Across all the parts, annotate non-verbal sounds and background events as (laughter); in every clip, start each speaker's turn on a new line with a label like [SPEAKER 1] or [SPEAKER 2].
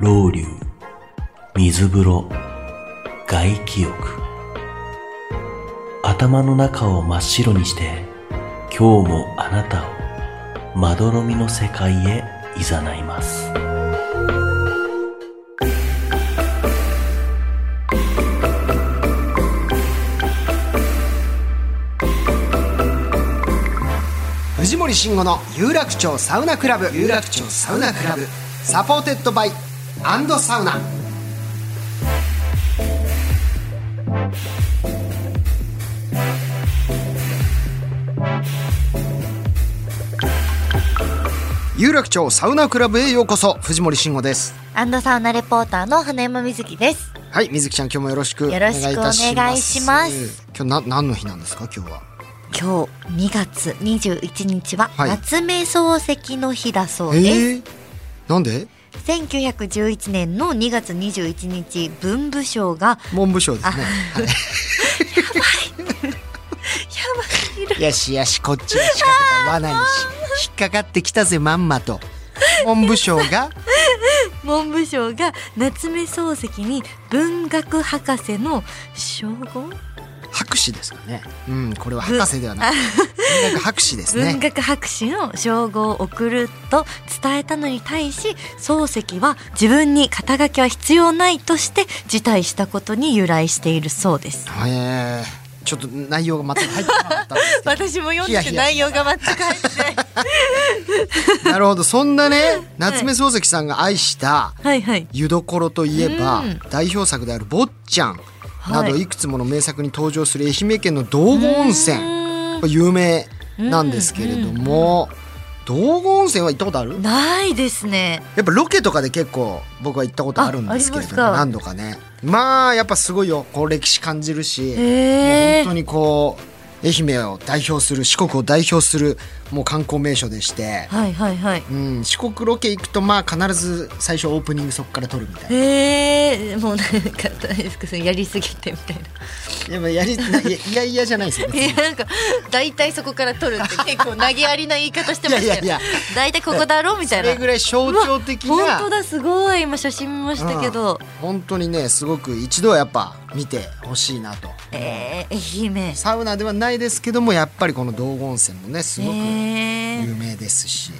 [SPEAKER 1] 老流水風呂外気浴頭の中を真っ白にして今日もあなたをまどろみの世界へ誘います
[SPEAKER 2] 藤森慎吾の有楽町サウナクラブ有楽町サウナクラブサポーテッドバイアンドサウナ有楽町サウナクラブへようこそ藤森慎吾です
[SPEAKER 3] アンドサウナレポーターの花山みずきです。
[SPEAKER 2] はい水木ちゃん今日もよろしくお
[SPEAKER 3] よ
[SPEAKER 2] 願い
[SPEAKER 3] ろ
[SPEAKER 2] いた
[SPEAKER 3] し
[SPEAKER 2] します
[SPEAKER 3] くお願いします
[SPEAKER 2] 今日な何の日なんですか今日は
[SPEAKER 3] 今日2月21日は
[SPEAKER 2] はい
[SPEAKER 3] 夏目漱石の日だそうです。
[SPEAKER 2] えー、なんで
[SPEAKER 3] 1911年の2月21日、文部省が、
[SPEAKER 2] 文部省ですね
[SPEAKER 3] やばい、
[SPEAKER 2] よしよしこっちが仕掛けた罠にし引っかかってきたぜまんまと文部省が
[SPEAKER 3] 文部省が夏目漱石に文学博士の称号
[SPEAKER 2] 博士ですかねうんこれは博士ではなく文学博士です
[SPEAKER 3] 文
[SPEAKER 2] ね
[SPEAKER 3] 学博士の称号を送ると伝えたのに対し漱石は自分に肩書きは必要ないとして辞退したことに由来しているそうです
[SPEAKER 2] えー、ちょっと内容が全く入ってなかったん
[SPEAKER 3] (laughs)
[SPEAKER 2] です
[SPEAKER 3] 私も読
[SPEAKER 2] んでて内
[SPEAKER 3] 容が全く入ってない
[SPEAKER 2] けどなるほどそんなね夏目漱石さんが愛した
[SPEAKER 3] はいはい
[SPEAKER 2] 湯どころといえば、
[SPEAKER 3] うん
[SPEAKER 2] 代表作である「坊ちゃん」など
[SPEAKER 3] はい
[SPEAKER 2] いくつもの名作に登場する愛媛県の道後温泉
[SPEAKER 3] うーん
[SPEAKER 2] これ有名なんですけれども道後温泉は行ったことある
[SPEAKER 3] ないですね
[SPEAKER 2] やっぱロケとかで結構僕は行ったことあるんですけれども
[SPEAKER 3] ああり
[SPEAKER 2] 何
[SPEAKER 3] ますか
[SPEAKER 2] 度かねまあやっぱすごいよこう歴史感じるし、
[SPEAKER 3] へ
[SPEAKER 2] 本当にこう愛媛を代表する四国を代表するもう観光名所でして、
[SPEAKER 3] はいはいはい
[SPEAKER 2] うん、四国ロケ行くとまあ必ず最初オープニングそこから撮るみたいな
[SPEAKER 3] へえもうなんか大好きやりすぎてみたいな
[SPEAKER 2] でもやり (laughs) ないいやいやじゃないですよ
[SPEAKER 3] い
[SPEAKER 2] ね
[SPEAKER 3] やなんか大体そこから取るって結構投げやりな言い方してま
[SPEAKER 2] まし
[SPEAKER 3] した
[SPEAKER 2] よいやいやい
[SPEAKER 3] たよ
[SPEAKER 2] や
[SPEAKER 3] 大体ここだろみたい
[SPEAKER 2] そ
[SPEAKER 3] な
[SPEAKER 2] れぐらい象徴的な
[SPEAKER 3] 本当だすごい今写真見ましたけど、
[SPEAKER 2] うん本当にねすごく一度はやっぱ見てほしいなと
[SPEAKER 3] えー、愛媛
[SPEAKER 2] サウナではないですけどもやっぱりこの道後温泉もねすごく
[SPEAKER 3] え
[SPEAKER 2] 有名ですし、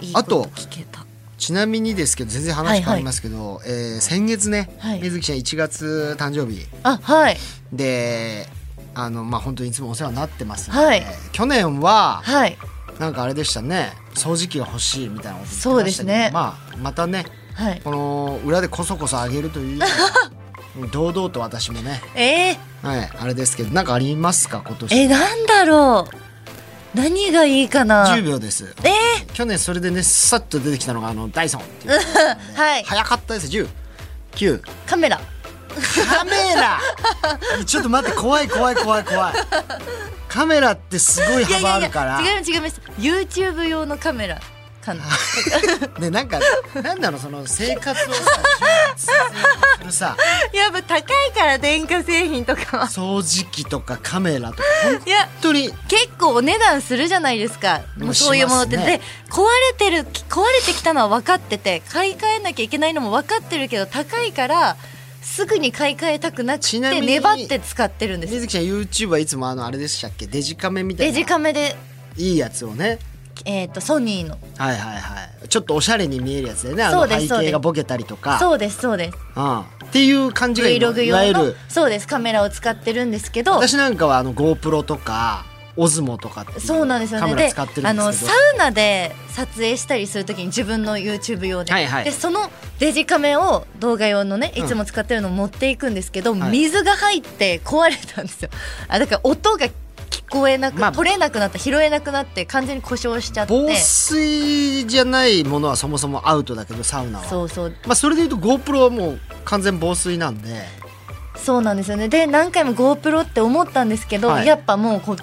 [SPEAKER 3] ー、いい
[SPEAKER 2] あ
[SPEAKER 3] こと聞けた
[SPEAKER 2] ちなみにですけど全然話変わりますけど、えー先月ね、
[SPEAKER 3] はい
[SPEAKER 2] 水木ちゃん1月誕生日
[SPEAKER 3] あはい
[SPEAKER 2] であのまあ本当にいつもお世話になってますので、
[SPEAKER 3] はい
[SPEAKER 2] 去年は
[SPEAKER 3] はい
[SPEAKER 2] なんかあれでしたね掃除機が欲しいみたいなこと言ってましたけど
[SPEAKER 3] そうですね
[SPEAKER 2] まあ、またね
[SPEAKER 3] はい
[SPEAKER 2] この裏でこそこそ上げると
[SPEAKER 3] (laughs)
[SPEAKER 2] いうよりは堂々と私もね、
[SPEAKER 3] えー、
[SPEAKER 2] はい、あれですけどなんかありますか今年
[SPEAKER 3] えなんだろう何がいいかな
[SPEAKER 2] 10秒です
[SPEAKER 3] え
[SPEAKER 2] 去年それでねさっと出てきたのがあのダイソンっていう
[SPEAKER 3] ー、はい
[SPEAKER 2] 早かったです10 9
[SPEAKER 3] カメラ
[SPEAKER 2] カメラ (laughs) ちょっと待って怖い怖い怖い怖いカメラってすごい
[SPEAKER 3] いやい
[SPEAKER 2] 幅
[SPEAKER 3] や
[SPEAKER 2] あ
[SPEAKER 3] い
[SPEAKER 2] るから
[SPEAKER 3] や違います違います YouTube 用のカメラかな
[SPEAKER 2] でなんかなんだろうその生活をさ充実させるさ
[SPEAKER 3] やっぱ高いから電化製品とかは
[SPEAKER 2] 掃除機とかカメラとか本
[SPEAKER 3] いや
[SPEAKER 2] 当に
[SPEAKER 3] 結構お値段するじゃないですか
[SPEAKER 2] もう
[SPEAKER 3] もうそういうものって、
[SPEAKER 2] しますね
[SPEAKER 3] で壊れてる壊れてきたのは分かってて買い替えなきゃいけないのも分かってるけど高いからすぐに買い替えたくなく
[SPEAKER 2] ち
[SPEAKER 3] て
[SPEAKER 2] なみに
[SPEAKER 3] 粘って使ってるんです
[SPEAKER 2] 水木ちゃん YouTube はいつもあのあれでしたっけデジカメみたい
[SPEAKER 3] デ
[SPEAKER 2] な
[SPEAKER 3] ジカメで、
[SPEAKER 2] いいやつをね
[SPEAKER 3] えー、とソニーの
[SPEAKER 2] はいはいはいちょっとおしゃれに見えるやつだよねあの
[SPEAKER 3] そうです
[SPEAKER 2] 背
[SPEAKER 3] そうで
[SPEAKER 2] 景
[SPEAKER 3] す
[SPEAKER 2] がボケたりとか
[SPEAKER 3] そうですそうです
[SPEAKER 2] うん、っていう感じが
[SPEAKER 3] Vlog
[SPEAKER 2] いわ
[SPEAKER 3] 用
[SPEAKER 2] ゆ
[SPEAKER 3] の
[SPEAKER 2] る
[SPEAKER 3] そうですカメラを使ってるんですけど
[SPEAKER 2] 私なんかはあの GoPro とか OSMO とかってい
[SPEAKER 3] そうなんですよ
[SPEAKER 2] カ
[SPEAKER 3] ね
[SPEAKER 2] メラ使ってるんですけど
[SPEAKER 3] あのサウナで撮影したりするときに自分の YouTube 用で,、
[SPEAKER 2] はいはい
[SPEAKER 3] でそのデジカメを動画用のねいつも使ってるのを持っていくんですけど、水が入って壊れたんですよあだから音が聞聞こえなく、
[SPEAKER 2] まあ
[SPEAKER 3] 取れなくなった拾えなくなって完全に故障しちゃって
[SPEAKER 2] 防水じゃないものはそもそもアウトだけどサウナは
[SPEAKER 3] そうそう
[SPEAKER 2] まあ、それで言うと GoPro はもう完全防水なんで
[SPEAKER 3] そうなんですよねで何回も GoPro って思ったんですけど、
[SPEAKER 2] はい
[SPEAKER 3] やっぱもうこう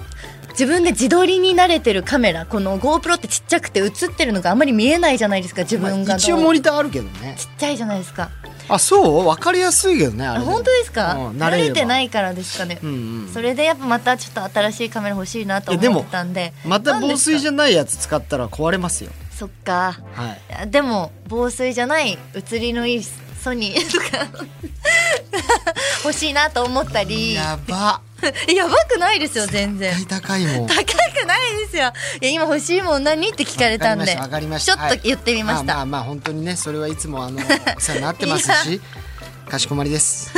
[SPEAKER 3] 自分で自撮りに慣れてるカメラこの GoPro ってちっちゃくて映ってるのがあんまり見えないじゃないですか自分
[SPEAKER 2] ま
[SPEAKER 3] が、
[SPEAKER 2] あ一応モ
[SPEAKER 3] ちっ
[SPEAKER 2] ニターあるけどね
[SPEAKER 3] ちゃいじゃないですか
[SPEAKER 2] あそう分かりやすいけどねあ
[SPEAKER 3] あ
[SPEAKER 2] れ
[SPEAKER 3] 本当ですか、
[SPEAKER 2] うん慣
[SPEAKER 3] 慣
[SPEAKER 2] れれば
[SPEAKER 3] れてないからですかね、
[SPEAKER 2] うんうん
[SPEAKER 3] それでやっぱまたちょっと新しいカメラ欲しいなと
[SPEAKER 2] いやでも
[SPEAKER 3] 思ったんで
[SPEAKER 2] また防水じ
[SPEAKER 3] ゃ
[SPEAKER 2] ゃないやつ使ったら壊れますよ
[SPEAKER 3] そっか
[SPEAKER 2] はい
[SPEAKER 3] いやでも防水じゃない写りのいいソニーと (laughs) か欲しいなと思ったりや
[SPEAKER 2] やば
[SPEAKER 3] (laughs) ばくないですよ全然
[SPEAKER 2] 絶対高いもん
[SPEAKER 3] 高くないですよいや今欲しいもん何って聞かれたんで
[SPEAKER 2] わかりましたわかりました
[SPEAKER 3] ちょっと言ってみました、
[SPEAKER 2] あまあまあ本当にねそれはいつもあ
[SPEAKER 3] (laughs)
[SPEAKER 2] のお世話になってますしかしこまりです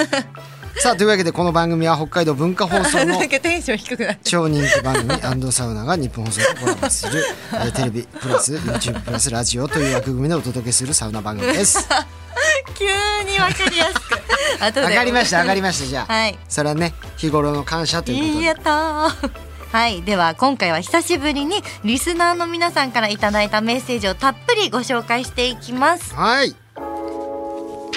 [SPEAKER 2] さあというわけでこの番組は北海道文化放送の
[SPEAKER 3] (laughs) なんかテンション低く
[SPEAKER 2] (laughs)
[SPEAKER 3] なって
[SPEAKER 2] 超人気番組「アンドサウナ」が日本放送とコラボす
[SPEAKER 3] (laughs)
[SPEAKER 2] るえーテレビプラス YouTube プラスラジオという枠組みでお届けするサウナ番組です。
[SPEAKER 3] 急にわかりやすく (laughs) 後で
[SPEAKER 2] わかりましたわかりましたじゃあ、
[SPEAKER 3] はい
[SPEAKER 2] それはね日頃の感謝ということ
[SPEAKER 3] いい
[SPEAKER 2] で
[SPEAKER 3] やったーはいでは今回は久しぶりにリスナーの皆さんからいただいたメッセージをたっぷりご紹介していきます
[SPEAKER 2] はい
[SPEAKER 3] よ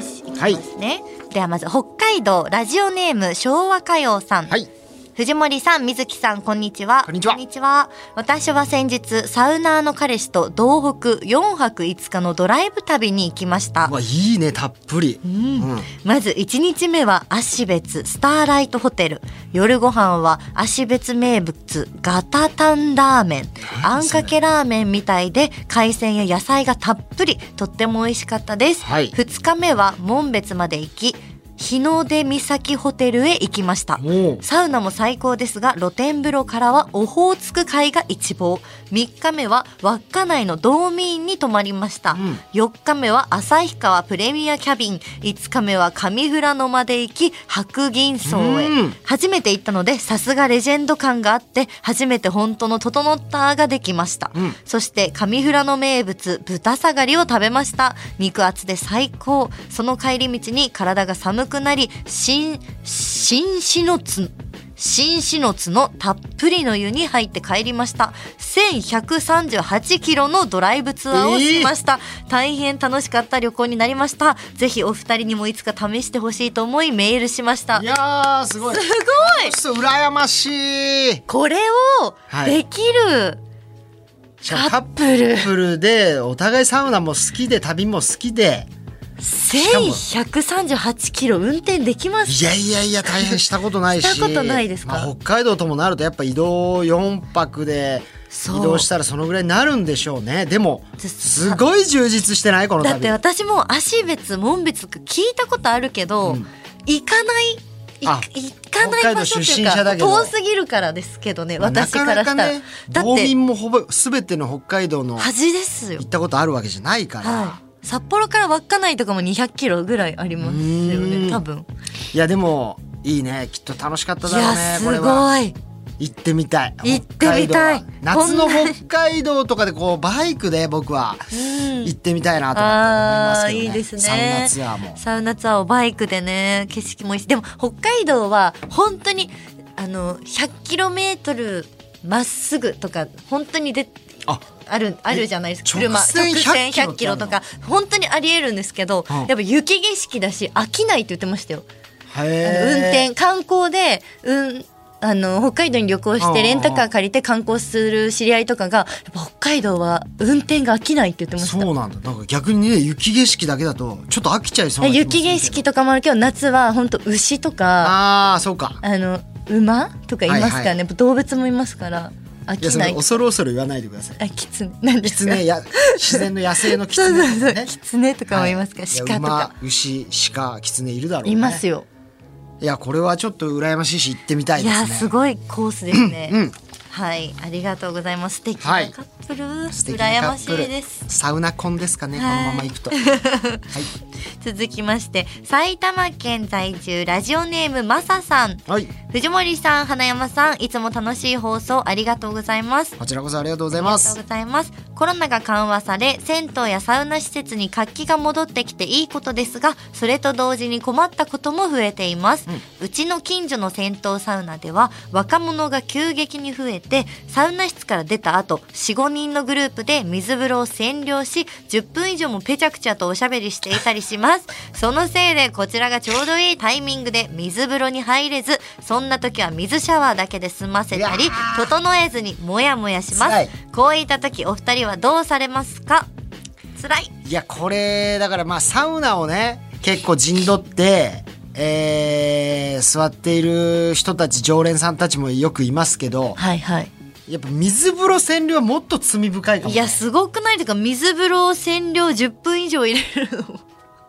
[SPEAKER 3] しいき
[SPEAKER 2] はい
[SPEAKER 3] ますね、ではまず北海道ラジオネーム昭和歌謡さん、
[SPEAKER 2] はい
[SPEAKER 3] 藤森さん水木さんこんにちは
[SPEAKER 2] こんにちは
[SPEAKER 3] 私は先日サウナーの彼氏と道北4泊5日のドライブ旅に行きました
[SPEAKER 2] うわいいねたっぷり、うん
[SPEAKER 3] まず1日目は芦別スターライトホテル夜ご飯は芦別名物ガタタンラーメンあんかけラーメンみたいで海鮮や野菜がたっぷりとっても美味しかったです、
[SPEAKER 2] はい
[SPEAKER 3] 2日目は門別まで行き日の出岬ホテルへ行きました
[SPEAKER 2] おう
[SPEAKER 3] サウナも最高ですが露天風呂からはオホーツク海が一望3日目は稚内の道民に泊まりました、4日目は旭川プレミアキャビン5日目は上富良野まで行き白銀荘へ、
[SPEAKER 2] うん
[SPEAKER 3] 初めて行ったのでさすがレジェンド感があって初めて本当の整ったができました、
[SPEAKER 2] ん
[SPEAKER 3] そして上富良野名物豚下がりを食べました肉厚で最高その帰り道に体が寒くなり新新シノツ新シノツのたっぷりの湯に入って帰りました1138キロのドライブツアーをしました、大変楽しかった旅行になりましたぜひお二人にもいつか試してほしいと思いメールしました
[SPEAKER 2] いやーすごいすごいそう羨ましい
[SPEAKER 3] これを
[SPEAKER 2] はい
[SPEAKER 3] できる、
[SPEAKER 2] しかもカップルでお互いサウナも好きで旅も好きでも
[SPEAKER 3] 1138キロ運転できます
[SPEAKER 2] いやいやいや大変したことないし
[SPEAKER 3] (laughs) したことないですか
[SPEAKER 2] まあ、北海道ともなるとやっぱ移動4泊で
[SPEAKER 3] そう
[SPEAKER 2] 移動したらそのぐらいになるんでしょうねでも
[SPEAKER 3] ず
[SPEAKER 2] すごい充実してないこの
[SPEAKER 3] だっ
[SPEAKER 2] 旅
[SPEAKER 3] て私も芦別門別聞いたことあるけど、行かないい
[SPEAKER 2] あ
[SPEAKER 3] 行かない場所って
[SPEAKER 2] 北海道出
[SPEAKER 3] いう
[SPEAKER 2] 身者だ
[SPEAKER 3] か
[SPEAKER 2] けど
[SPEAKER 3] 遠すぎるからですけどね
[SPEAKER 2] まあ
[SPEAKER 3] 私か
[SPEAKER 2] な
[SPEAKER 3] らしたら、
[SPEAKER 2] かなかね
[SPEAKER 3] だっ
[SPEAKER 2] 道
[SPEAKER 3] て
[SPEAKER 2] 民もほぼ全ての北海道の行
[SPEAKER 3] 恥ですよ
[SPEAKER 2] ったことあるわけじゃないから、
[SPEAKER 3] はい札幌から稚内とかも200キロぐらいありますよ
[SPEAKER 2] うーん
[SPEAKER 3] ね多分
[SPEAKER 2] い、やでもいいねきっと楽しかった
[SPEAKER 3] い
[SPEAKER 2] だろう
[SPEAKER 3] や
[SPEAKER 2] ね
[SPEAKER 3] す
[SPEAKER 2] こ
[SPEAKER 3] ご
[SPEAKER 2] れはい行ってみたい
[SPEAKER 3] 行ってみた
[SPEAKER 2] 北
[SPEAKER 3] い
[SPEAKER 2] 海道は夏の
[SPEAKER 3] こんな
[SPEAKER 2] 北海道とかでこうバイクで僕は行ってみたいなと
[SPEAKER 3] ああ
[SPEAKER 2] 思
[SPEAKER 3] ー
[SPEAKER 2] い
[SPEAKER 3] いい
[SPEAKER 2] ま
[SPEAKER 3] ですす
[SPEAKER 2] けど
[SPEAKER 3] ね
[SPEAKER 2] ねサウナツアーも
[SPEAKER 3] サウナツアーをバイクでね景色もいいしでも北海道は本当にあの1 0 0ルまっすぐとか本当にで
[SPEAKER 2] あ
[SPEAKER 3] あるあるじゃないですか
[SPEAKER 2] え
[SPEAKER 3] 車
[SPEAKER 2] 直線100キロ
[SPEAKER 3] 100キロとか本当にありえるんですけど、
[SPEAKER 2] うん
[SPEAKER 3] やっぱ雪景色だし飽きないって言ってましたよ。あの
[SPEAKER 2] へー
[SPEAKER 3] 運転観光で、うん、あの北海道に旅行してレンタカー借りて観光する知り合いとかがやっぱ北海道は運転が飽きないって言ってました。
[SPEAKER 2] そうなんだなんか逆にね雪景色だけだとちょっと飽きちゃいそうな気もす
[SPEAKER 3] 雪
[SPEAKER 2] るけど
[SPEAKER 3] 景色とかもあるけど夏は本当牛とかあ
[SPEAKER 2] ああそうか
[SPEAKER 3] の馬とかいますからね、
[SPEAKER 2] はいはい
[SPEAKER 3] やっぱ動物もいますから飽
[SPEAKER 2] いや
[SPEAKER 3] き
[SPEAKER 2] そ
[SPEAKER 3] な
[SPEAKER 2] れ
[SPEAKER 3] い
[SPEAKER 2] 恐る恐る言わないでください
[SPEAKER 3] あキツネなんで
[SPEAKER 2] キ
[SPEAKER 3] す
[SPEAKER 2] ツ
[SPEAKER 3] か
[SPEAKER 2] ネや自然の野生のキツネ
[SPEAKER 3] そうそうそうキツネとかもいますから、
[SPEAKER 2] はい
[SPEAKER 3] 鹿と
[SPEAKER 2] いや
[SPEAKER 3] か
[SPEAKER 2] 馬牛鹿キツネいるだろうね
[SPEAKER 3] いますよ、
[SPEAKER 2] いやこれはちょっと羨ましいし行ってみたい
[SPEAKER 3] い
[SPEAKER 2] ですね
[SPEAKER 3] やすごいコースですね、はいありがとうございます素敵
[SPEAKER 2] は
[SPEAKER 3] ないカップル、
[SPEAKER 2] 素敵なカ
[SPEAKER 3] 羨ま
[SPEAKER 2] ッ
[SPEAKER 3] し
[SPEAKER 2] プル
[SPEAKER 3] いです (laughs)
[SPEAKER 2] サウナ婚ですかねこのまま行くと
[SPEAKER 3] 続きまして埼玉県在住ラジオネームまささん
[SPEAKER 2] はい
[SPEAKER 3] 藤森さん花山さんいつも楽しい放送ありがとうございます
[SPEAKER 2] こちらこそありがとうござい
[SPEAKER 3] あ
[SPEAKER 2] ま
[SPEAKER 3] りがと
[SPEAKER 2] す
[SPEAKER 3] うございますコロナが緩和され銭湯やサウナ施設に活気が戻ってきていいことですがそれと同時に困ったことも増えています、うちの近所の銭湯サウナでは若者が急激に増えてサウナ室から出た後45人のグループで水風呂を占領し10分以上もペチャクチャとおしゃべりしていたりしますそのせいでこちらがちょうどいいタイミングで水風呂に入れずそんな時は水シャワーだけで済ませたり
[SPEAKER 2] うわー
[SPEAKER 3] 整えずにモヤモヤしま
[SPEAKER 2] 辛
[SPEAKER 3] す
[SPEAKER 2] い
[SPEAKER 3] こういった時お二人はどうされますか辛い
[SPEAKER 2] いやこれだからまあサウナをね結構陣取ってえー、座っている人たち常連さんたちもよくいますけど
[SPEAKER 3] はいはい
[SPEAKER 2] やっぱ水風呂占領はもっと罪深いかも
[SPEAKER 3] いやすごくないですか水風呂を占領10分以上入れる
[SPEAKER 2] (laughs)
[SPEAKER 3] の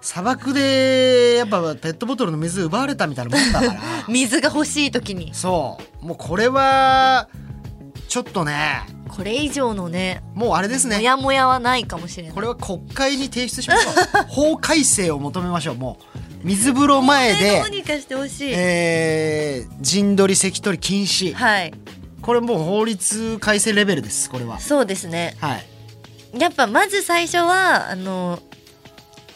[SPEAKER 2] 砂漠でやっぱペットボトルの水奪われたみたいなもんだから
[SPEAKER 3] 水が欲しい時に
[SPEAKER 2] そうもうこれはちょっとね
[SPEAKER 3] これ以上のね
[SPEAKER 2] もうあれです
[SPEAKER 3] モ
[SPEAKER 2] ね
[SPEAKER 3] ヤモヤはないかもしれない
[SPEAKER 2] これは国会に提出しましょう法改正を求めましょうもう水風呂前で
[SPEAKER 3] どう、にかしてほしい、
[SPEAKER 2] えー、陣取り席取り禁止
[SPEAKER 3] はい
[SPEAKER 2] これもう法律改正レベルですこれは
[SPEAKER 3] そうですね
[SPEAKER 2] はい
[SPEAKER 3] やっぱまず最初はあの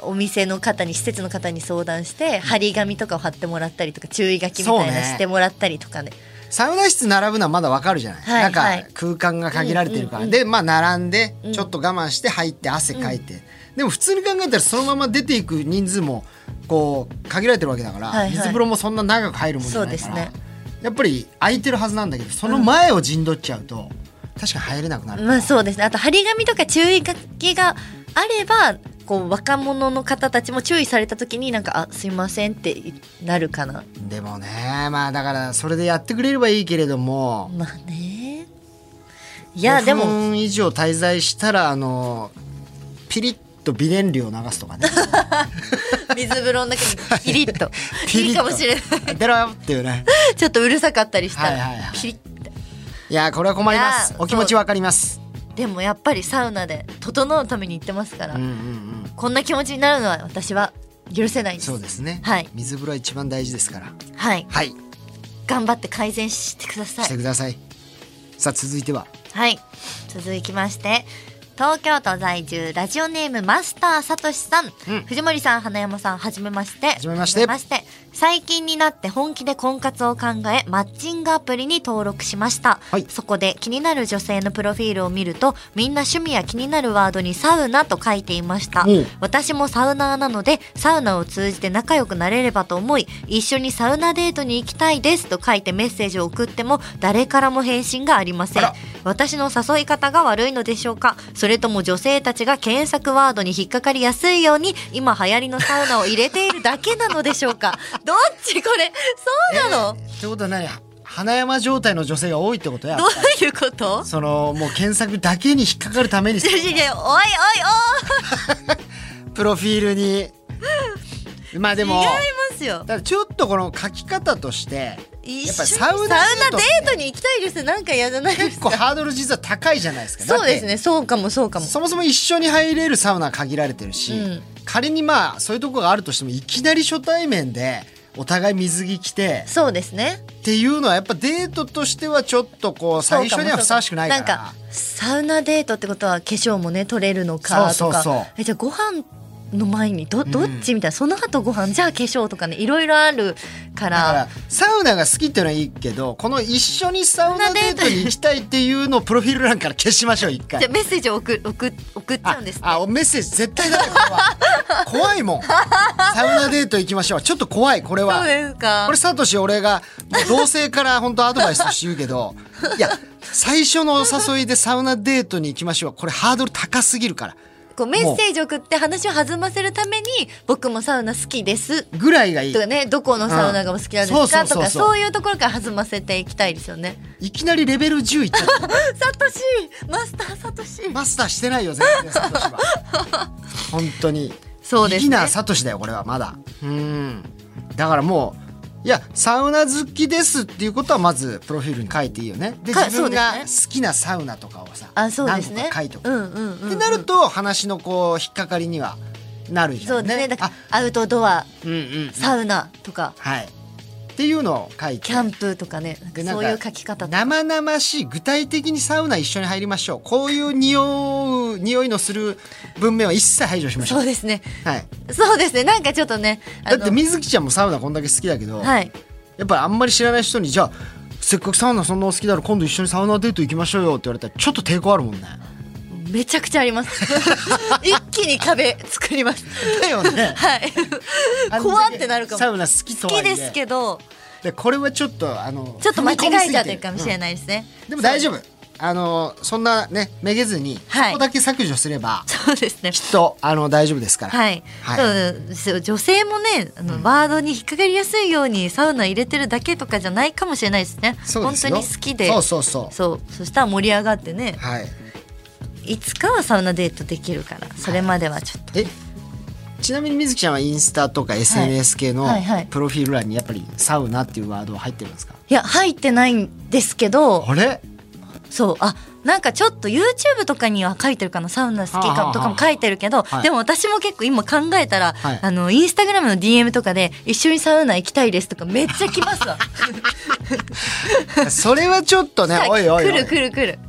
[SPEAKER 3] お店の方に施設の方に相談して張り紙とかを貼ってもらったりとか注意書きみたい
[SPEAKER 2] そう
[SPEAKER 3] な
[SPEAKER 2] ね
[SPEAKER 3] してもらったりとかね
[SPEAKER 2] サウナ室並ぶのはまだわかるじゃない、
[SPEAKER 3] はいはい
[SPEAKER 2] なんか空間が限られてるから、でまあ並んでちょっと我慢して入って汗かいて、でも普通に考えたらそのまま出ていく人数もこう限られてるわけだから、
[SPEAKER 3] はいはい
[SPEAKER 2] 水風呂もそんな長く入るもんじゃないから
[SPEAKER 3] そうですね
[SPEAKER 2] やっぱり空いてるはずなんだけどその前を陣取っちゃうと、確かに入れなくなる、
[SPEAKER 3] まあそうですね。あと張り紙とか注意書きがあれば、こう若者の方たちも注意された時になんかあすいませんってなるかな。
[SPEAKER 2] でもねまあだからそれでやってくれればいいけれども
[SPEAKER 3] まあね。いやで
[SPEAKER 2] 5
[SPEAKER 3] も
[SPEAKER 2] 分以上滞在したらあのピリッと微電流を流すとかね
[SPEAKER 3] 水風呂の中にピリ
[SPEAKER 2] (laughs)
[SPEAKER 3] ッと
[SPEAKER 2] ピ
[SPEAKER 3] い
[SPEAKER 2] リ
[SPEAKER 3] い
[SPEAKER 2] ッ
[SPEAKER 3] か
[SPEAKER 2] と
[SPEAKER 3] もしれない。 (laughs)
[SPEAKER 2] 出ろよっていうね
[SPEAKER 3] ちょっとうるさかったりしたら、
[SPEAKER 2] はいはいはい
[SPEAKER 3] ピリッて
[SPEAKER 2] いやーこれは困りま
[SPEAKER 3] い
[SPEAKER 2] す
[SPEAKER 3] やー
[SPEAKER 2] お気持ちわかります
[SPEAKER 3] でもやっぱりサウナで整うために行ってますから、こんな気持ちになるのは私は許せないです。
[SPEAKER 2] そうですね
[SPEAKER 3] はい
[SPEAKER 2] 水風呂は一番大事ですから
[SPEAKER 3] はい。
[SPEAKER 2] はい
[SPEAKER 3] 頑張って改善してください
[SPEAKER 2] して。くださいさあ続いては
[SPEAKER 3] はい続きまして東京都在住ラジオネームマスターさとしさん、藤森さん花山さんはじめましては
[SPEAKER 2] じめまして
[SPEAKER 3] 最近になって本気で婚活を考えマッチングアプリに登録しました、
[SPEAKER 2] はい
[SPEAKER 3] そこで気になる女性のプロフィールを見るとみんな趣味や気になるワードにサウナと書いていました
[SPEAKER 2] おう
[SPEAKER 3] 私もサウナーなのでサウナを通じて仲良くなれればと思い一緒にサウナデートに行きたいですと書いてメッセージを送っても誰からも返信がありません
[SPEAKER 2] あら
[SPEAKER 3] 私の誘い方が悪いのでしょうかそれとも女性たちが検索ワードに引っかかりやすいように今流行りのサウナを入れているだけなのでしょ
[SPEAKER 2] (laughs)
[SPEAKER 3] うかどっちこれそうなの、
[SPEAKER 2] ってことは何花山状態の女性が多いってことや
[SPEAKER 3] どういうこと
[SPEAKER 2] そのもう検索だけに引っかかるために
[SPEAKER 3] いやいやおい
[SPEAKER 2] プロフィール
[SPEAKER 3] (laughs)
[SPEAKER 2] にまあで
[SPEAKER 3] おい (laughs) お
[SPEAKER 2] も
[SPEAKER 3] い違いますよ
[SPEAKER 2] ただちょっとこの書き方として
[SPEAKER 3] 一
[SPEAKER 2] やっぱ
[SPEAKER 3] 緒
[SPEAKER 2] り
[SPEAKER 3] に
[SPEAKER 2] サ
[SPEAKER 3] サ
[SPEAKER 2] ウ
[SPEAKER 3] ウ
[SPEAKER 2] ナ
[SPEAKER 3] ナ
[SPEAKER 2] デート
[SPEAKER 3] デートに行きたいですなんか嫌じゃないです
[SPEAKER 2] 結構
[SPEAKER 3] か
[SPEAKER 2] ハードル実は高いじゃないですか
[SPEAKER 3] そうです
[SPEAKER 2] だっ
[SPEAKER 3] ねそうかもそうかも
[SPEAKER 2] てそもそも一緒に入れるサウナは限られてるし、
[SPEAKER 3] うん
[SPEAKER 2] 仮にまあそういうとこがあるとしてもいきなり初対面でお互い水着着て
[SPEAKER 3] そうですね
[SPEAKER 2] っていうのはやっぱデートとしてはちょっとこう最初にはふさわしくないから
[SPEAKER 3] なんかサウナデートってことは化粧もね取れるのか
[SPEAKER 2] そうそ
[SPEAKER 3] とか
[SPEAKER 2] うそう
[SPEAKER 3] えじゃあご飯の前にどどっちみたいな、その後ご飯じゃあ化粧とかねいろいろある
[SPEAKER 2] だか
[SPEAKER 3] か
[SPEAKER 2] ら
[SPEAKER 3] ら
[SPEAKER 2] サウナが好きっていうのはいいけどこの一緒にサウナデートに行きたいっていうのをプロフィール欄から消しましょう一
[SPEAKER 3] じ
[SPEAKER 2] 回
[SPEAKER 3] ゃあメッセージを送送送っちゃうんですね
[SPEAKER 2] ああメッセージ絶対だめこれは怖いもんサウナデート行きましょうちょっと怖いこれは
[SPEAKER 3] そうですか
[SPEAKER 2] これサトシ俺がもう同性から本当アドバイスとして言うけ
[SPEAKER 3] (laughs)
[SPEAKER 2] どいや最初のお誘いでサウナデートに行きましょうこれハードル高すぎるから
[SPEAKER 3] こうメッセージ送って話を弾ませるために僕もサウナ好きです
[SPEAKER 2] ぐらいがいい
[SPEAKER 3] とかねどこのサウナがお好きなんです
[SPEAKER 2] う
[SPEAKER 3] か
[SPEAKER 2] ん
[SPEAKER 3] と
[SPEAKER 2] そうそうそう
[SPEAKER 3] か
[SPEAKER 2] そう
[SPEAKER 3] そういうところから弾ませていきたいですよね
[SPEAKER 2] いきなりレベル10いっちゃ
[SPEAKER 3] (laughs)
[SPEAKER 2] った
[SPEAKER 3] サトシマスターサトシ
[SPEAKER 2] マスターしてないよ全然サトシは
[SPEAKER 3] (laughs)
[SPEAKER 2] 本当に
[SPEAKER 3] そうですね
[SPEAKER 2] ビギナーサトシだよこれはまだうんだからもういやサウナ好きですっていうことはまずプロフィールに書いていいよねで
[SPEAKER 3] か
[SPEAKER 2] 自分が
[SPEAKER 3] そうです
[SPEAKER 2] 好きなサウナとかをさ
[SPEAKER 3] あそうです
[SPEAKER 2] 何
[SPEAKER 3] ね
[SPEAKER 2] 個か書いとく、
[SPEAKER 3] うんうんうん
[SPEAKER 2] ってなると話のこう引っかかりにはなるじ
[SPEAKER 3] そ
[SPEAKER 2] ゃ
[SPEAKER 3] うんです
[SPEAKER 2] ね。
[SPEAKER 3] ねだから
[SPEAKER 2] あ
[SPEAKER 3] アウトドア
[SPEAKER 2] うんうんうん
[SPEAKER 3] サウナとか
[SPEAKER 2] はいっていうのを書いて
[SPEAKER 3] キャンプとかねなんか
[SPEAKER 2] でなん
[SPEAKER 3] そ
[SPEAKER 2] か
[SPEAKER 3] ういう書き方とか
[SPEAKER 2] 生々しい具体的にサウナ一緒に入りましょうこういう匂う匂いのする文面は一切排除しましょ
[SPEAKER 3] そう
[SPEAKER 2] う
[SPEAKER 3] ですね
[SPEAKER 2] はい
[SPEAKER 3] そうですねなんかちょっとねあ
[SPEAKER 2] だ
[SPEAKER 3] の
[SPEAKER 2] って水木ちゃんもサウナこんだけ好きだけど、
[SPEAKER 3] はい
[SPEAKER 2] やっぱりあんまり知らない人にじゃあせっかくサウナそんなお好きだろ今度一緒にサウナデート行きましょうよって言われたらちょっと抵抗あるも
[SPEAKER 3] (laughs)
[SPEAKER 2] んね
[SPEAKER 3] めちゃくちゃあります
[SPEAKER 2] (laughs)
[SPEAKER 3] 一気に壁作ります
[SPEAKER 2] だよね
[SPEAKER 3] はい怖ってなるかも
[SPEAKER 2] サウナ好きと
[SPEAKER 3] 好
[SPEAKER 2] はい
[SPEAKER 3] き
[SPEAKER 2] え
[SPEAKER 3] ですけど
[SPEAKER 2] でこれはちょっとあの
[SPEAKER 3] ちょっと間違えちゃって
[SPEAKER 2] 踏み込みすぎ
[SPEAKER 3] るかもしれないですね、
[SPEAKER 2] でも大丈夫あのそんなねめげずに、
[SPEAKER 3] はい
[SPEAKER 2] そこだけ削除すれ
[SPEAKER 3] (laughs)
[SPEAKER 2] ば
[SPEAKER 3] そうですね
[SPEAKER 2] きっとあの大丈夫ですから
[SPEAKER 3] はい、そうですよ女性もねあの、ワードに引っかかりやすいようにサウナ入れてるだけとかじゃないかもしれないですね
[SPEAKER 2] そうですよ
[SPEAKER 3] 本当に好きで
[SPEAKER 2] そうそうそう
[SPEAKER 3] そうそしたら盛り上がってね
[SPEAKER 2] はい
[SPEAKER 3] いつかはサウナデートできるからそれまではちょっと、
[SPEAKER 2] えちなみに水木ちゃんはインスタとか SNS 系の
[SPEAKER 3] はいはい
[SPEAKER 2] プロフィール欄にやっぱりサウナっていうワードは入ってるんですか
[SPEAKER 3] い、や入ってないんですけど
[SPEAKER 2] あれ
[SPEAKER 3] そうあなんかちょっと YouTube とかには書いてるかなサウナ好
[SPEAKER 2] は
[SPEAKER 3] き
[SPEAKER 2] あはあは
[SPEAKER 3] か
[SPEAKER 2] あ
[SPEAKER 3] とかも書いてるけど、
[SPEAKER 2] はい
[SPEAKER 3] でも私も結構今考えたら、
[SPEAKER 2] はい
[SPEAKER 3] あのインスタグラムの DM とかで「一緒にサウナ行きたいです」とかめっちゃ来ますわ
[SPEAKER 2] (laughs) (laughs) それはちょっとねおいおいおい
[SPEAKER 3] 来る来る来る、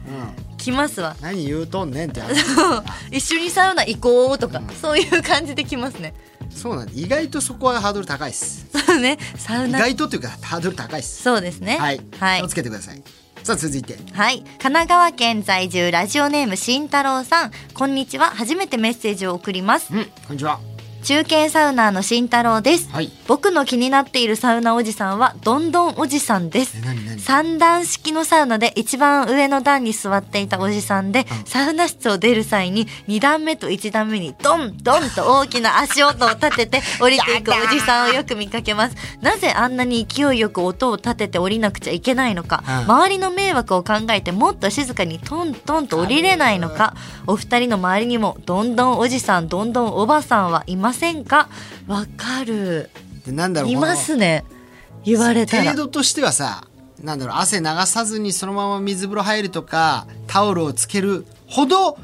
[SPEAKER 3] 来ますわ
[SPEAKER 2] 何言うとんねんって話
[SPEAKER 3] (laughs) 一緒にサウナ行こうとか、そういう感じで来ますね。
[SPEAKER 2] そうなんです意外とそこはハードル高いっす
[SPEAKER 3] そうね、サウ
[SPEAKER 2] 意
[SPEAKER 3] ナ。
[SPEAKER 2] 外とっていうかハードル高いっす
[SPEAKER 3] そうですね。
[SPEAKER 2] はい、
[SPEAKER 3] はい
[SPEAKER 2] 気をつけてくださいさあ続いて
[SPEAKER 3] はい、神奈川県在住ラジオネーム慎太郎さん、こんにちは。初めてメッセージを送ります。
[SPEAKER 2] うんこんにちは
[SPEAKER 3] 中継サウナーの慎太郎です、
[SPEAKER 2] はい
[SPEAKER 3] 僕の気になっているサウナおじさんはどんどんおじさんです
[SPEAKER 2] え何何
[SPEAKER 3] 三段式のサウナで一番上の段に座っていたおじさんで、サウナ室を出る際に二段目と一段目にドンドンと大きな足音を立て
[SPEAKER 2] (laughs)
[SPEAKER 3] て降りていくおじさんをよく見かけますなぜあんなに勢いよく音を立てて降りなくちゃいけないのか、
[SPEAKER 2] うん
[SPEAKER 3] 周りの迷惑を考えてもっと静かにトントンと降りれないのかお二人の周りにもどんどんおじさんどんどんおばさんはいませんかわかる
[SPEAKER 2] でなんだろう
[SPEAKER 3] いますね言われたら
[SPEAKER 2] 程度としてはさなんだろう汗流さずにそのまま水風呂入るとかタオルをつけるほど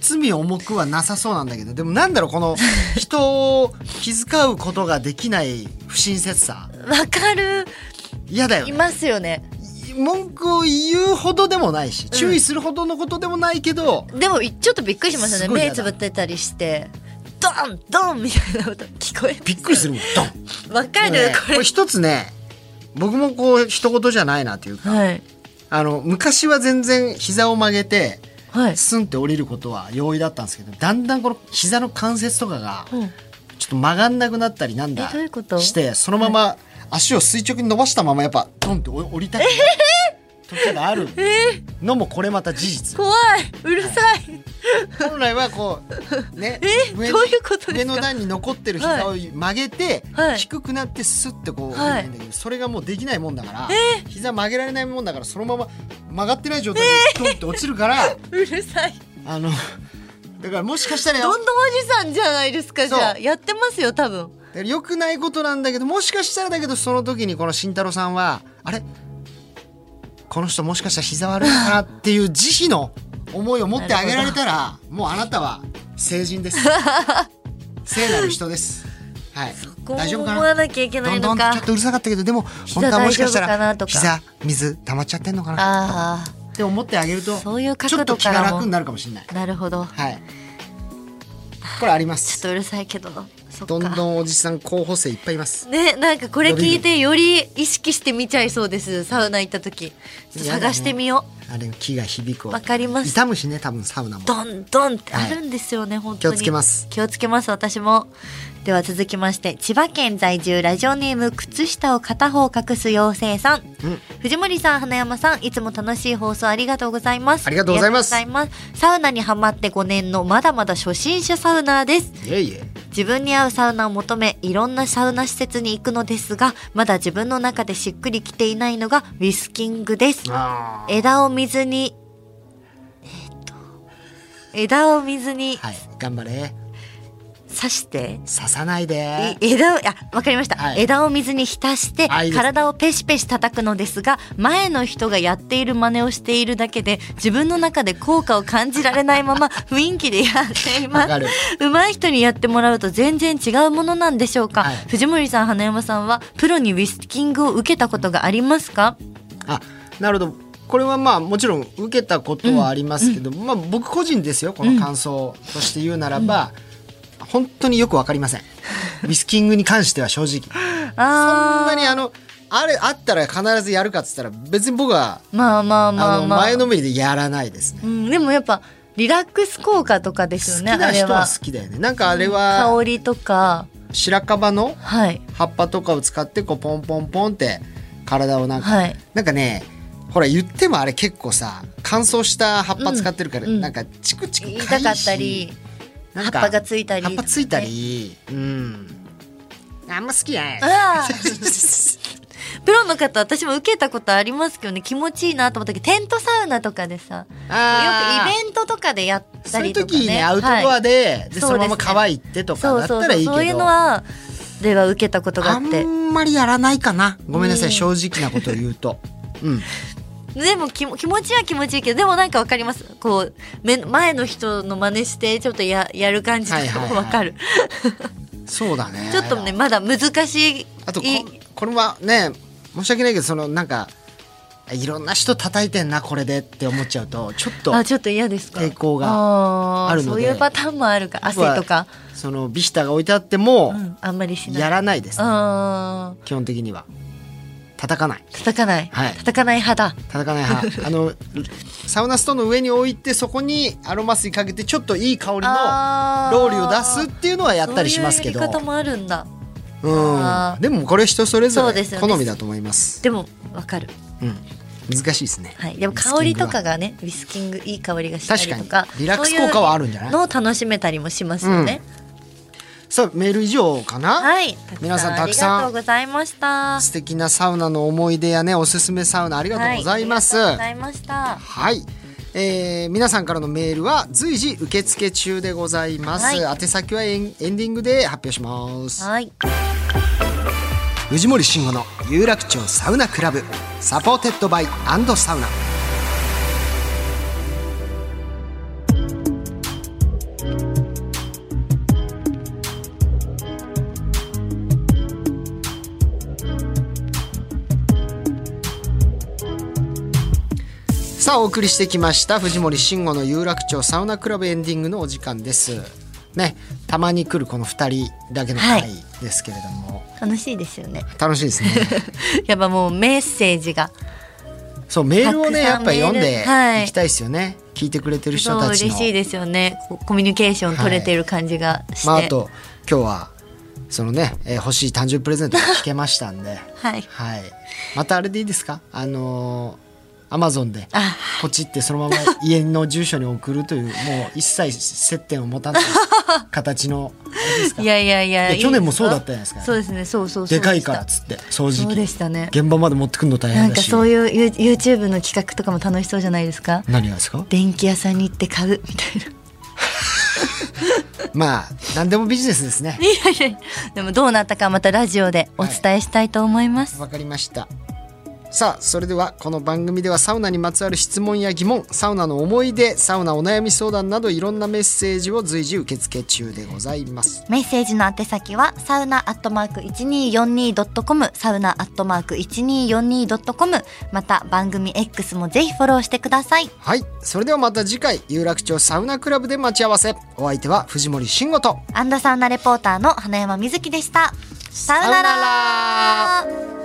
[SPEAKER 2] 罪重くはなさそうなんだけどでもなんだろうこの人を気遣うことができない不親切さ
[SPEAKER 3] わかる
[SPEAKER 2] 嫌だよ、
[SPEAKER 3] (laughs) い
[SPEAKER 2] ね、
[SPEAKER 3] ますよね
[SPEAKER 2] 文句を言うほどでもないし注意するほどのことでもないけど、
[SPEAKER 3] でもちょっとびっくりしました
[SPEAKER 2] す
[SPEAKER 3] ね
[SPEAKER 2] ごい嫌
[SPEAKER 3] 目
[SPEAKER 2] だ
[SPEAKER 3] つぶってたりしてドンドンみたいな音聞こえ
[SPEAKER 2] びっくりするもんドン
[SPEAKER 3] わかる、
[SPEAKER 2] でもね
[SPEAKER 3] これ
[SPEAKER 2] これ一つね僕もこう一言じゃないなというか
[SPEAKER 3] はい
[SPEAKER 2] あの昔は全然膝を曲げて
[SPEAKER 3] はい
[SPEAKER 2] スンって降りることは容易だったんですけどだんだんこの膝の関節とかが
[SPEAKER 3] うん
[SPEAKER 2] ちょっと曲がんなくなったりなんだ
[SPEAKER 3] えどういうこと
[SPEAKER 2] してそのまま足を垂直に伸ばしたままやっぱドンって降りたくなる時があるのもこれまた事実
[SPEAKER 3] 怖いうるさい、
[SPEAKER 2] 本来はこうね
[SPEAKER 3] え
[SPEAKER 2] 上
[SPEAKER 3] どういうことですか
[SPEAKER 2] 上の段に残ってる膝を曲げて、
[SPEAKER 3] はい
[SPEAKER 2] 低くなってスッてこう、
[SPEAKER 3] は
[SPEAKER 2] 降
[SPEAKER 3] い
[SPEAKER 2] りるんだけどそれがもうできないもんだから、膝曲げられないもんだからそのまま曲がってない状態でドンって落ちるから、
[SPEAKER 3] うるさい
[SPEAKER 2] あのだからもしかしたらよ
[SPEAKER 3] どんどんおじさんじゃないですかじ
[SPEAKER 2] そう
[SPEAKER 3] ゃあやってますよ多分
[SPEAKER 2] だから良くないことなんだけどもしかしたらだけどその時にこの慎太郎さんはあれこの人もしかしたら膝悪いのかなっていう慈悲の思いを持ってあげられたらもうあなたは成人です
[SPEAKER 3] (laughs)
[SPEAKER 2] 聖なる人ですはい
[SPEAKER 3] こう
[SPEAKER 2] 大丈夫
[SPEAKER 3] 思
[SPEAKER 2] か
[SPEAKER 3] わ
[SPEAKER 2] な
[SPEAKER 3] なきゃいけな
[SPEAKER 2] ど
[SPEAKER 3] い
[SPEAKER 2] んど
[SPEAKER 3] の
[SPEAKER 2] んちょ
[SPEAKER 3] か
[SPEAKER 2] っとうるさかったけどでも本当はもしかした
[SPEAKER 3] 膝大丈夫からなとか
[SPEAKER 2] 膝水溜まっちゃってんのかな
[SPEAKER 3] あ
[SPEAKER 2] って思ってあげると
[SPEAKER 3] そうい
[SPEAKER 2] ち
[SPEAKER 3] う
[SPEAKER 2] ょ
[SPEAKER 3] 角
[SPEAKER 2] っと
[SPEAKER 3] 度
[SPEAKER 2] 気
[SPEAKER 3] か
[SPEAKER 2] が
[SPEAKER 3] らも
[SPEAKER 2] 楽になるかもしれない
[SPEAKER 3] あなるほどちょ
[SPEAKER 2] はいこれありま
[SPEAKER 3] っ
[SPEAKER 2] す
[SPEAKER 3] とうるさいけどそっか
[SPEAKER 2] どんどんおじさん候補生いっぱいいます
[SPEAKER 3] ね、なんかこれ聞いてより意識して見ちゃいそうですサウナ行った時ちょっと探してみよ
[SPEAKER 2] あれ木が響く音
[SPEAKER 3] わかります
[SPEAKER 2] 痛むしね多分サウナも
[SPEAKER 3] うドンドンってあるんですよね、本当に
[SPEAKER 2] 気をつけます
[SPEAKER 3] 気をつけます私もでは続きまして千葉県在住ラジオネーム靴下を片方隠す妖精さん、藤森さん花山さんいつも楽しい放送ありがとうございます
[SPEAKER 2] ありがとうございます
[SPEAKER 3] ありがとうございますサウナにハマって5年のまだまだ初心者サウナーです
[SPEAKER 2] いえいえ
[SPEAKER 3] 自分に合うサウナを求めいろんなサウナ施設に行くのですがまだ自分の中でしっくりきていないのがウィスキングです
[SPEAKER 2] あ
[SPEAKER 3] 枝を水にえーっと枝を水に
[SPEAKER 2] はい頑張れ
[SPEAKER 3] 刺して
[SPEAKER 2] 刺さないで
[SPEAKER 3] い枝をあわかりました、
[SPEAKER 2] はい
[SPEAKER 3] 枝を水に浸して
[SPEAKER 2] あいいですね
[SPEAKER 3] 体をペシペシ叩くのですが前の人がやっている真似をしているだけで自分の中で効果を感じられな
[SPEAKER 2] (laughs)
[SPEAKER 3] いまま雰囲気でやっていま
[SPEAKER 2] わかる
[SPEAKER 3] す上手い人にやってもらうと全然違うものなんでしょうか、
[SPEAKER 2] はい
[SPEAKER 3] 藤森さん花山さんはプロにウィスキングを受けたことがありますか
[SPEAKER 2] あなるほどこれはまあもちろん受けたことはありますけど、まあ、僕個人ですよこの感想として言うならば、本当によくわかりま
[SPEAKER 3] (laughs)
[SPEAKER 2] せんウィスキングに関しては正直そん
[SPEAKER 3] あ
[SPEAKER 2] なにあのあれあったら必ずやるかっつったら別に僕は
[SPEAKER 3] ーまあまあま
[SPEAKER 2] あ
[SPEAKER 3] あ
[SPEAKER 2] の
[SPEAKER 3] まあ
[SPEAKER 2] 前のめりでやらないですね
[SPEAKER 3] うん、でもやっぱリラックス効果とかです
[SPEAKER 2] 好き
[SPEAKER 3] よねあ
[SPEAKER 2] な
[SPEAKER 3] れ
[SPEAKER 2] 人は
[SPEAKER 3] は
[SPEAKER 2] 好きだよねなんかあれは
[SPEAKER 3] 香りとか
[SPEAKER 2] 白樺の
[SPEAKER 3] はい
[SPEAKER 2] 葉っぱとかを使ってこうポンポンポンって体をなんか、
[SPEAKER 3] はい
[SPEAKER 2] なんかねほら言ってもあれ結構さ乾燥した葉っぱ使ってるから、なんかチクチク
[SPEAKER 3] 痛かったり
[SPEAKER 2] なんか
[SPEAKER 3] 葉っぱがついたり
[SPEAKER 2] 葉っぱついたり、うんあんま好きじゃない (laughs)
[SPEAKER 3] うんプロの方私も受けたことありますけどね気持ちいいなと思ったけどテントサウナとかでさよ
[SPEAKER 2] あー
[SPEAKER 3] くイベントとかでやった
[SPEAKER 2] そうい
[SPEAKER 3] り
[SPEAKER 2] う
[SPEAKER 3] とかね
[SPEAKER 2] 時にねアウトドア
[SPEAKER 3] はい
[SPEAKER 2] で,、
[SPEAKER 3] そうですね
[SPEAKER 2] でそのまま川行ってとか
[SPEAKER 3] そ
[SPEAKER 2] だ
[SPEAKER 3] う
[SPEAKER 2] っ
[SPEAKER 3] そう
[SPEAKER 2] た
[SPEAKER 3] そ
[SPEAKER 2] ら
[SPEAKER 3] う
[SPEAKER 2] いいけど
[SPEAKER 3] そういうのはでは受けたことがあ
[SPEAKER 2] あ
[SPEAKER 3] って
[SPEAKER 2] んまりやらないかなごめんなさい、正直なことを言うと、うん、
[SPEAKER 3] でも気も気持ちは気持ちいいけどでもなんかわかりますこう目前の人の真似してちょっとややる感じと
[SPEAKER 2] はい
[SPEAKER 3] か
[SPEAKER 2] はい
[SPEAKER 3] も
[SPEAKER 2] は
[SPEAKER 3] わ
[SPEAKER 2] い
[SPEAKER 3] かる、
[SPEAKER 2] そうだね
[SPEAKER 3] ちょっとねまだ難しい
[SPEAKER 2] あとこ
[SPEAKER 3] い
[SPEAKER 2] これはね申し訳ないけどそのなんかいろんな人叩いてんなこれでって思っちゃうとちょっと
[SPEAKER 3] あちょっと嫌ですか
[SPEAKER 2] 抵抗
[SPEAKER 3] が
[SPEAKER 2] あるので
[SPEAKER 3] そういうパターンもあるか汗とか、
[SPEAKER 2] そのビヒタが置いてあっても
[SPEAKER 3] うん、あんまりしない
[SPEAKER 2] やらないです、
[SPEAKER 3] あー
[SPEAKER 2] 基本的には叩かない
[SPEAKER 3] 叩かない、
[SPEAKER 2] はい
[SPEAKER 3] 叩かない派だ
[SPEAKER 2] 叩かない派あのサウナストーンの上に置いてそこにアロマ水かけてちょっといい香りの
[SPEAKER 3] あー
[SPEAKER 2] ローリュを出すっていうのはやったりしますけど
[SPEAKER 3] そういうやり方もあるんだあ
[SPEAKER 2] う
[SPEAKER 3] ー
[SPEAKER 2] ん、でもこれ人それ
[SPEAKER 3] そ
[SPEAKER 2] ぞ
[SPEAKER 3] うで
[SPEAKER 2] れ
[SPEAKER 3] すよね
[SPEAKER 2] 好みだと思います
[SPEAKER 3] でもわかる
[SPEAKER 2] 難しいですね、
[SPEAKER 3] はいでも香りとかがねウィスキングいい香りがしたりと
[SPEAKER 2] 確
[SPEAKER 3] か
[SPEAKER 2] かにリラックス効果はあるんじゃない
[SPEAKER 3] そういうのを楽しめたりもしますよね、
[SPEAKER 2] さあメール以上かな
[SPEAKER 3] はい
[SPEAKER 2] 皆さんたくさん
[SPEAKER 3] ありがとうございました
[SPEAKER 2] 素敵なサウナの思い出やねおすすめサウナありがとうございます。
[SPEAKER 3] はいあり
[SPEAKER 2] はい、
[SPEAKER 3] がとうございました
[SPEAKER 2] えー皆さんからのメールは随時受付中でございます。
[SPEAKER 3] は
[SPEAKER 2] 宛先はエンエンディングで発表します。
[SPEAKER 3] はい
[SPEAKER 2] 藤森慎吾の有楽町サウナクラブサポーテッドバイサウナ。さあお送りしてきました藤森慎吾の有楽町サウナクラブエンディングのお時間です。ね、たまに来るこの2人だけの
[SPEAKER 3] は
[SPEAKER 2] 回
[SPEAKER 3] い
[SPEAKER 2] ですけれども、
[SPEAKER 3] 楽しいですよね (laughs)
[SPEAKER 2] 楽しいですね。
[SPEAKER 3] やっぱもうメッセージが
[SPEAKER 2] そうメールをね
[SPEAKER 3] た
[SPEAKER 2] や
[SPEAKER 3] くさん
[SPEAKER 2] っぱ読ん
[SPEAKER 3] メー
[SPEAKER 2] で
[SPEAKER 3] ルはい
[SPEAKER 2] いきたいですよね、聞いてくれてる人
[SPEAKER 3] そう
[SPEAKER 2] たち
[SPEAKER 3] 嬉
[SPEAKER 2] の
[SPEAKER 3] しいですよねこうコミュニケーション取れてる感じがして、
[SPEAKER 2] まああと今日はそのね、えー欲しい誕生日プレゼントが聞けましたんで
[SPEAKER 3] (laughs) はい
[SPEAKER 2] はいまたあれでいいですかあのアマゾンで
[SPEAKER 3] あ
[SPEAKER 2] ポチってそのまま家の住所に送る
[SPEAKER 3] (laughs)
[SPEAKER 2] というもう一切接点を持たない形
[SPEAKER 3] (laughs)
[SPEAKER 2] のあれですか
[SPEAKER 3] いやいやいや
[SPEAKER 2] いや去年もそうだったじゃ
[SPEAKER 3] よ
[SPEAKER 2] ないですか
[SPEAKER 3] そうですねそうそうそう
[SPEAKER 2] でかいからっ
[SPEAKER 3] し
[SPEAKER 2] つって掃除機
[SPEAKER 3] そうでしたね
[SPEAKER 2] 現場まで持ってくるの大
[SPEAKER 3] たな
[SPEAKER 2] 変
[SPEAKER 3] ん
[SPEAKER 2] だ
[SPEAKER 3] か
[SPEAKER 2] し
[SPEAKER 3] そういうユー YouTube の企画とかも楽しそうじゃないですか
[SPEAKER 2] 何がですか
[SPEAKER 3] 電気屋さんに行って買うみたいな (laughs)
[SPEAKER 2] まあ何でもビジネスですね
[SPEAKER 3] いやいやでもどうなったかまたラジオでお伝えしたいと思います、
[SPEAKER 2] わかりましたさあそれではこの番組ではサウナにまつわる質問や疑問サウナの思い出サウナお悩み相談などいろんなメッセージを随時受付中でございます
[SPEAKER 3] メッセージの宛先はサウナアットマーク 1242.com サウナアットマーク 1242.com また番組 X もぜひフォローしてください
[SPEAKER 2] はいそれではまた次回有楽町サウナクラブで待ち合わせお相手は藤森慎吾と
[SPEAKER 3] アンダサウナレポーターの花山瑞希でした。さよなら